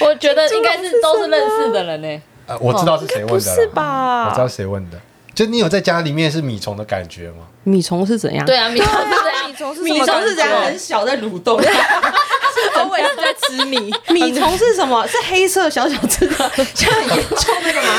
A: 我觉得应该是都是认识的人欸呢。
D: 呃，我知道是谁问的、
C: 哦不是？吧？
D: 我知道是谁问的。就你有在家里面是米虫的感觉吗？
B: 米虫是怎样？
A: 对，啊，米虫是这
C: 对
A: 样
C: 米，虫是
B: 米
C: 什么
B: 虫
C: 感
B: 是
C: 觉
B: 怎样？很小在蠕 动。
C: 我也是在吃米，
B: 米虫是什么？是黑色小小只的， 像很严重那个吗？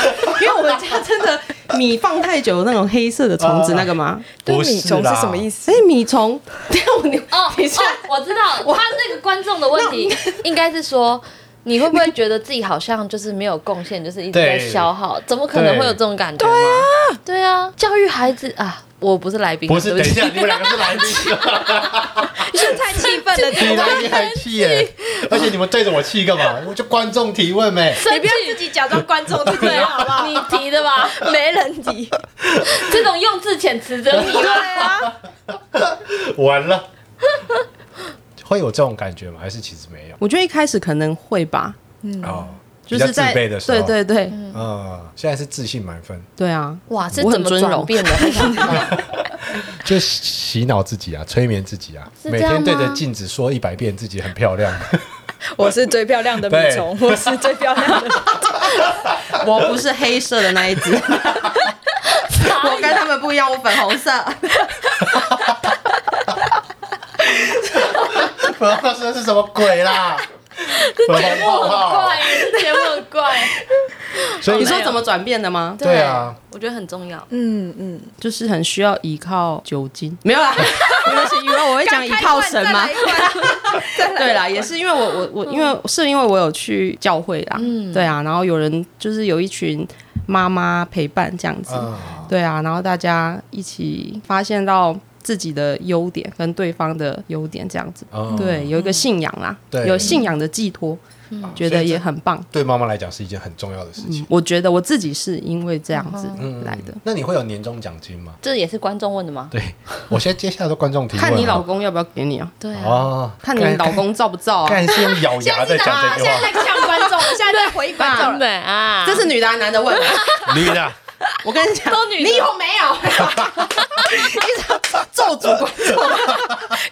B: 因为我们家真的米放太久，那种黑色的虫
D: 哦
B: 子那个吗？
C: 对米虫是什么意
D: 思？
C: 思
B: 所？以米 虫，等一下我你
A: 哦，
B: 你是
A: 哦我知道，他那个观众的问题 应该是说。你会不会觉得自己好像就是没有贡献，就是一直在
D: 对
A: 消耗？怎么可能会有这种感觉？对啊，对啊，教育孩子啊，我不是来宾啊，
D: 不是，
A: 对
D: 等一
A: 起
D: 下，你们两个是 来宾，
C: 就是太气愤了，
D: 你
C: 你
D: 来宾还气耶！而且你们对着我气干嘛？我就观众提问呗。
A: 生
C: 不
A: 气
C: 要自己假装观众自己
A: 对
C: 好不
A: 啊，
C: 好？
A: 你提的吧？
C: 没人理，
A: 这种用字遣词只有你
C: 对啊，
D: 完了，会有这种感觉吗？还是其实没有？
B: 我觉得一开始可能会吧，
C: 嗯
D: 哦，
B: 就
D: 比较
B: 是
D: 自
B: 在
D: 卑的时候，
B: 对对对
D: 嗯，现在是自信满分。
B: 对啊，
A: 哇，是
B: 我
A: 怎
B: 很
A: 么
B: 尊
A: 转
B: 荣
A: 变的？
D: 就洗脑自己啊，催眠自己啊，
A: 是
D: 每
A: 这样吗
D: 天对着镜子说一百遍自己很漂 亮，
C: 我是最漂亮的米虫，我是最漂亮的。
B: 我不是黑色的那一只，我
A: 啊
B: 跟他们不一样，我粉红色。
D: 我要说是什么鬼啦？这节目
A: 很怪，这节目很 怪，
D: 所
B: 你
D: 以
B: 说怎么转变的吗？
D: 对啊，
A: 我觉得很重要。
C: 嗯嗯，
B: 就是很需要依靠酒精，没有啦，没关系，因为我会讲依靠神吗？对啦，也是因为我我我，因为是因为我有去教会啦，对啊，然后有人就是有一群妈妈陪伴这样子，
D: 嗯，
B: 对啊，然后大家一起发现到自己的优点跟对方的优点这样子，
D: 哦
B: 对，有一个信仰啦，
D: 对
B: 有信仰的寄托，觉得也很棒。
D: 对妈妈来讲是一件很重要的事情。嗯
B: 我觉得我自己是因为这样子嗯来的。
D: 那你会有年终奖金吗？
A: 这也是观众问的吗？
D: 对，我现在接下来都观众提问啊，
B: 看你老公要不要给你啊？
A: 对啊，
D: 哦，
B: 看你老公造不造啊？
D: 干，看是用咬牙在讲这 句话，
C: 在呛观众，现在在回应
B: 观众
A: 对啊，
B: 这是女的还是男的问啊？
D: 女的，
B: 我跟你讲，
A: 都女的
B: 你以后没有，一直咒诅观众，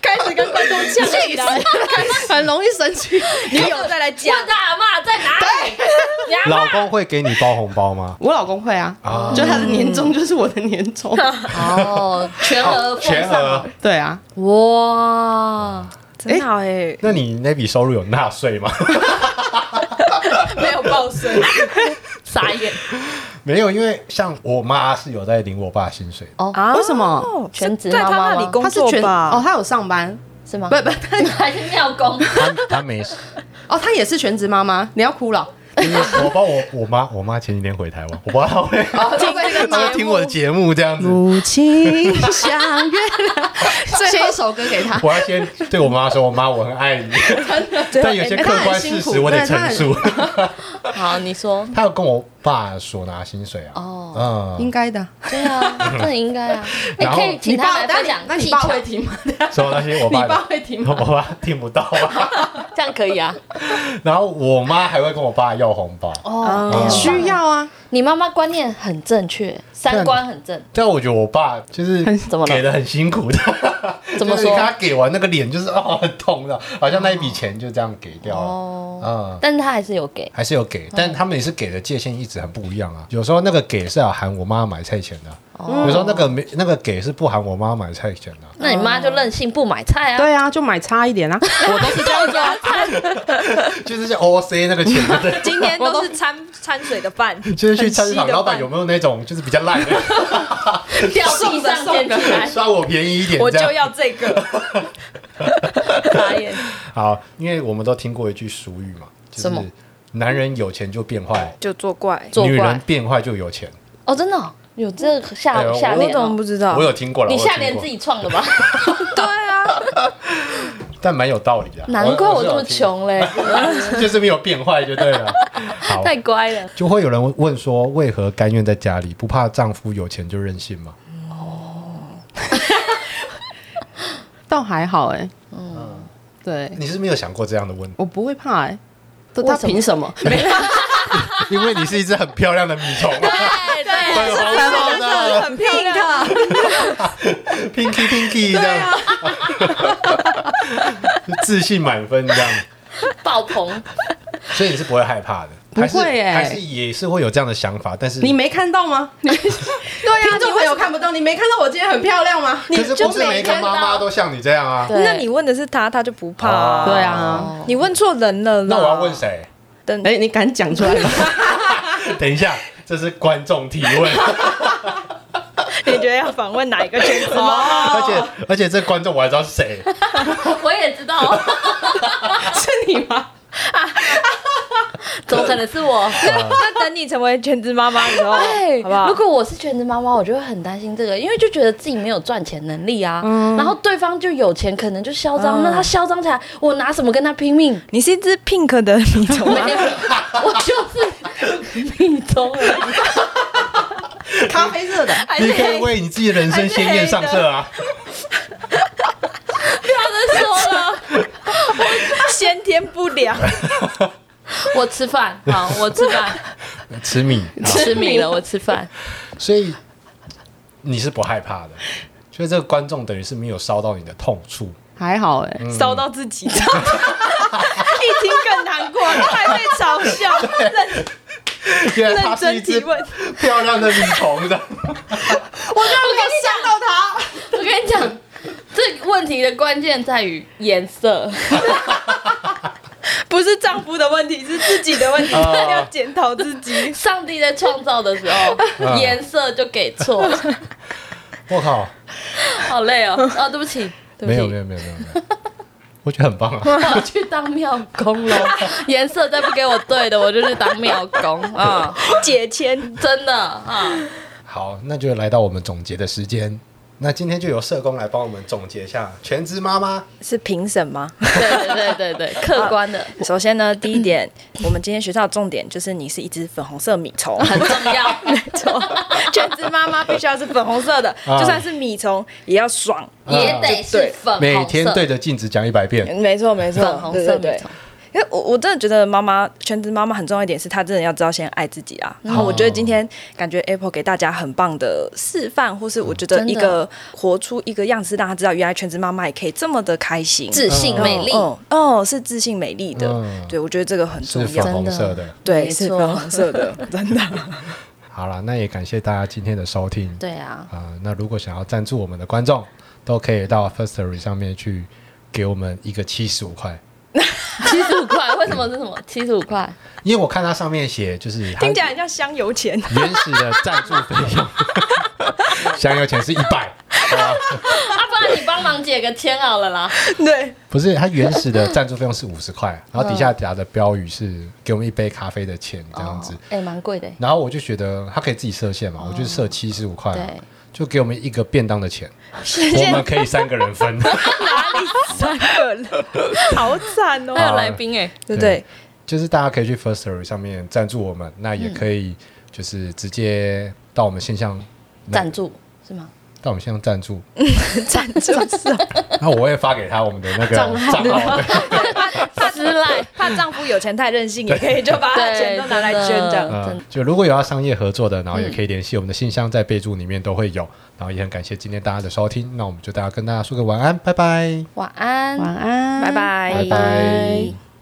C: 开始跟观众呛起来，
B: 很容易生气。
C: 女友再来讲
A: 问。大骂在哪里？你阿
D: 老
A: 嬷
D: 公会给你包红包吗？
B: 我老公会啊，
D: 啊
B: 就他的年终就是我的年终，
A: 哦，全
B: 呃
A: 额奉
D: 全额
A: 上，。
B: 对啊，
A: 哇，
C: 真好哎，
D: 那你那笔收入有纳税吗？
C: 没有报税，
A: 傻眼
D: 没有，因为像我妈是有在领我爸薪水的。
A: 哦，
C: 啊
B: 为什么
A: 全职
C: 在他
A: 妈妈
C: 那里
A: 吗
C: 工
B: 他是
C: 作
B: 全哦，
C: 吧？
B: 他有上班，
A: 是吗？
B: 不 不，
A: 还是妙工？
D: 她她没事，
B: 哦，他也是全职妈妈，你要哭了。
D: 因为我帮我我妈我妈前几天回台湾，我不知道她 会
B: 哦，听这
D: 她会听我的节目这样子。
B: 母亲像月亮，先一首歌给他。
D: 我要先对我妈说，我妈我很爱 你，但有些
B: 哎
D: 客观事实我得陈述。
A: 好，你说。
D: 她有跟我爸说拿薪水啊，
A: 哦，
B: 应
D: 嗯，
B: 该的，
A: 对 啊，这很应该啊。你
D: 然后
A: 可以请他来分享
B: 那你
A: 技
B: 爸
A: 巧，
B: 会听吗？
D: 说那些我
B: 你
D: 爸
B: 爸会听
D: 我
B: 吗？
D: 爸听不到啊。
A: 这样可以 啊。
D: 然后我妈还会跟我爸要红包，
A: 哦，
B: 需要啊，
A: 你妈妈观念很正确，三观很正。
D: 但我觉得我爸就是
A: 怎么了
D: 给的很辛苦的，
A: 怎么
D: 就是
A: 说
D: 你看他给完那个脸就是哦很痛的，好像那一笔钱就这样给掉了，
A: 哦，嗯
D: 嗯。
A: 但是他还是有给。
D: 还是有给，但他们也是给的界限一直很不一样啊。有时候那个给是要含我妈买菜钱的，啊
A: 哦
D: 有时候那个没那个给是不含我妈买菜钱的。啊
A: 那你妈就任性不买菜啊？
B: 对啊，就买差一点啊。我都是这 样子啊，
D: 就是像 O C 那个钱，对
C: 今天都是掺掺水的饭，
D: 就是去菜市场，
C: 很稀的
D: 老板有没有那种就是比较 烂的，
A: 掉地上捡起来，
D: 算我便宜一点
C: 我
D: 这
C: 就
D: 样？
C: 要这个。傻眼，
D: 好，因为我们都听过一句俗语嘛，就
A: 什
D: 是
A: 么
D: 男人有钱就变坏，
C: 就作怪。
A: 作
D: 女人
A: 怪。
D: 变坏就有钱。
A: 哦，真的哦有这个下
D: 哎呦
A: 下
D: 我
A: 联哦。
C: 不知道
D: 我有听过了，
A: 你
D: 我有
A: 下
D: 听
A: 联
D: 过
A: 自己创的吧？
C: 对啊，
D: 但蛮有道理的。
A: 难怪我
D: 是
A: 这
D: 有
A: 么
D: 听，
A: 穷 嘞，
D: 就是没有变坏就对了。好，
A: 太乖了。
D: 就会有人问说，为何甘愿在家里？不怕丈夫有钱就任性吗？
B: 倒还好哎。嗯，对，
D: 你是没有想过这样的问题，
B: 我不会怕哎。都
A: 为什
B: 他
A: 么
B: 凭什么？嗯
D: 因为你是一只很漂亮的米虫。
A: 对对，啊
D: 粉红色的
C: 很漂亮。
D: ，pinky pinky 这样，
A: 啊
D: 自信满分这样，
A: 爆棚。
D: 所以你是不会害怕的，
B: 不
D: 还
B: 会
D: 是
B: 欸
D: 还是也是会有这样的想法，但是
B: 你没看到 吗？你对呀， 听众朋友看不到，你没看到我今天很漂亮吗？你
D: 可是
B: 就
D: 不是每一个妈妈都像你这样啊？
A: 对
C: 那你问的是他，他就不怕啊。
B: 对啊。
C: 你问错人了啦。
D: 那我要问？谁？
C: 等
B: 哎，你敢讲出来吗？
D: 等一下，这是观众提问，
C: 你觉得要访问哪一个圈子吗？
D: 而且而且这观众我还知道是谁，
A: 我也知道，
B: 是你吗？
D: 啊
A: 怎么可能是我？
C: 那等你成为全职妈妈的时候，
A: 对，
C: 哦好不好？
A: 如果我是全职妈妈，我就会很担心这个，因为就觉得自己没有赚钱能力啊，然后对方就有钱，可能就嚣张，那他嚣张起来，我拿什么跟他拼命？
C: 你是一只 pink 的米虫吗？
A: 我就是命中而已。
B: 咖啡色的，
C: 还
D: 你
C: 是
D: 可以为你自己的人生鲜艳上色啊！
A: 不要再说了，
C: 先天不良？
A: 我吃饭，好，我吃饭，
D: 吃米，
A: 吃米了，我吃饭。
D: 所以你是不害怕的，所以这个观众等于是没有烧到你的痛处。
B: 还好哎、
E: 烧到自 己，一听更难过，还被嘲笑，认
D: 因为它
E: 认
D: 是一
E: 真提
D: 只
E: 问。
D: 漂亮的米虫的，
A: 我跟你讲，这问题的关键在于颜色。
E: 不是丈夫的问题，是自己的问题，
D: 哦
E: 要检讨自己。
A: 上帝在创造的时候，
D: 嗯
A: 颜色就给错了，
D: 我靠，
A: 好累哦。哦，对不起，对不
D: 没有没
A: 起，
D: 有没有没有没有，我觉得很棒啊，
A: 我去当庙工喽。 颜色再不给我对的，我就去当庙工啊！
E: 解签，
A: 真的啊，
D: 好，那就来到我们总结的时间。那今天就由社工来帮我们总结一下全职妈妈
C: 是评审吗？
A: 对对对对对，客观的
C: 首先呢，第一点，我们今天学到的重点就是你是一只粉红色米虫。
A: 很重 要。
C: 错，全职妈妈必须要是粉红色的，
D: 啊
C: 就算是米虫也要爽。
A: 也得是嗯粉红色，
D: 每天啊对着镜子讲一百遍，
C: 没错，没错，
A: 粉红色
C: 对对
A: 米
C: 对
A: 虫。
C: 因为我我真的觉得妈妈全职妈妈很重要一点是她真的要知道先爱自己啊。然后我觉得今天感觉 Apple 给大家很棒的示范，或是我觉得
A: 真的
C: 一个活出一个样子，让她知道原来全职妈妈也可以这么的开心，
A: 自信美丽，
C: 哦哦是自信美丽的。
D: 嗯
C: 对，我觉得这个很重
D: 是
C: 要
D: 粉。红色的。
C: 对，
A: 没
C: 是
A: 错
C: 粉红色 的，真的。
D: 好了，那也感谢大家今天的收听。
A: 对啊，
D: 啊、那如果想要赞助我们的观众，都可以到 Firstory 上面去给我们一个七十五块，
A: 七十五块，为什么是什么七十五 块？
D: 因为我看它上面写就是它
C: 听起来很像香油钱。
D: 原始的赞助费用， 香油钱是一百，
A: 啊，不然你帮忙解个签好了啦。
C: 对，
D: 不是它原始的赞助费用是五十块，然后底下打的标语是给我们一杯咖啡的钱这样子。啊
A: 哦，哎，蛮贵的。
D: 然后我就觉得它可以自己设限嘛，我就设七十五块啊
A: 对，
D: 就给我们一个便当的钱，我们可以三个人分。
C: 三个 人，
E: 好惨哦！
A: 还
D: 啊
A: 有来宾哎，
C: 对不对？
D: 就是大家可以去 First Story 上面赞助我们，那也可以就是直接到我们线上
A: 赞，助是 吗？
D: 到我们线上赞助，
C: 赞助是
D: 然后我会发给他我们的那个账号，对
A: 私 赖。
C: 怕丈夫有钱太任性，也可以就把他的钱都拿来捐这样。
D: 呃
A: 真的
D: 就如果有要商业合作的，然后也可以联系我们的信箱，在备注里面都会有。然后也很感谢今天大家的收听，那我们就大家跟大家说个晚安，拜拜，
A: 晚安，
B: 晚安，
C: 拜拜
D: 拜拜。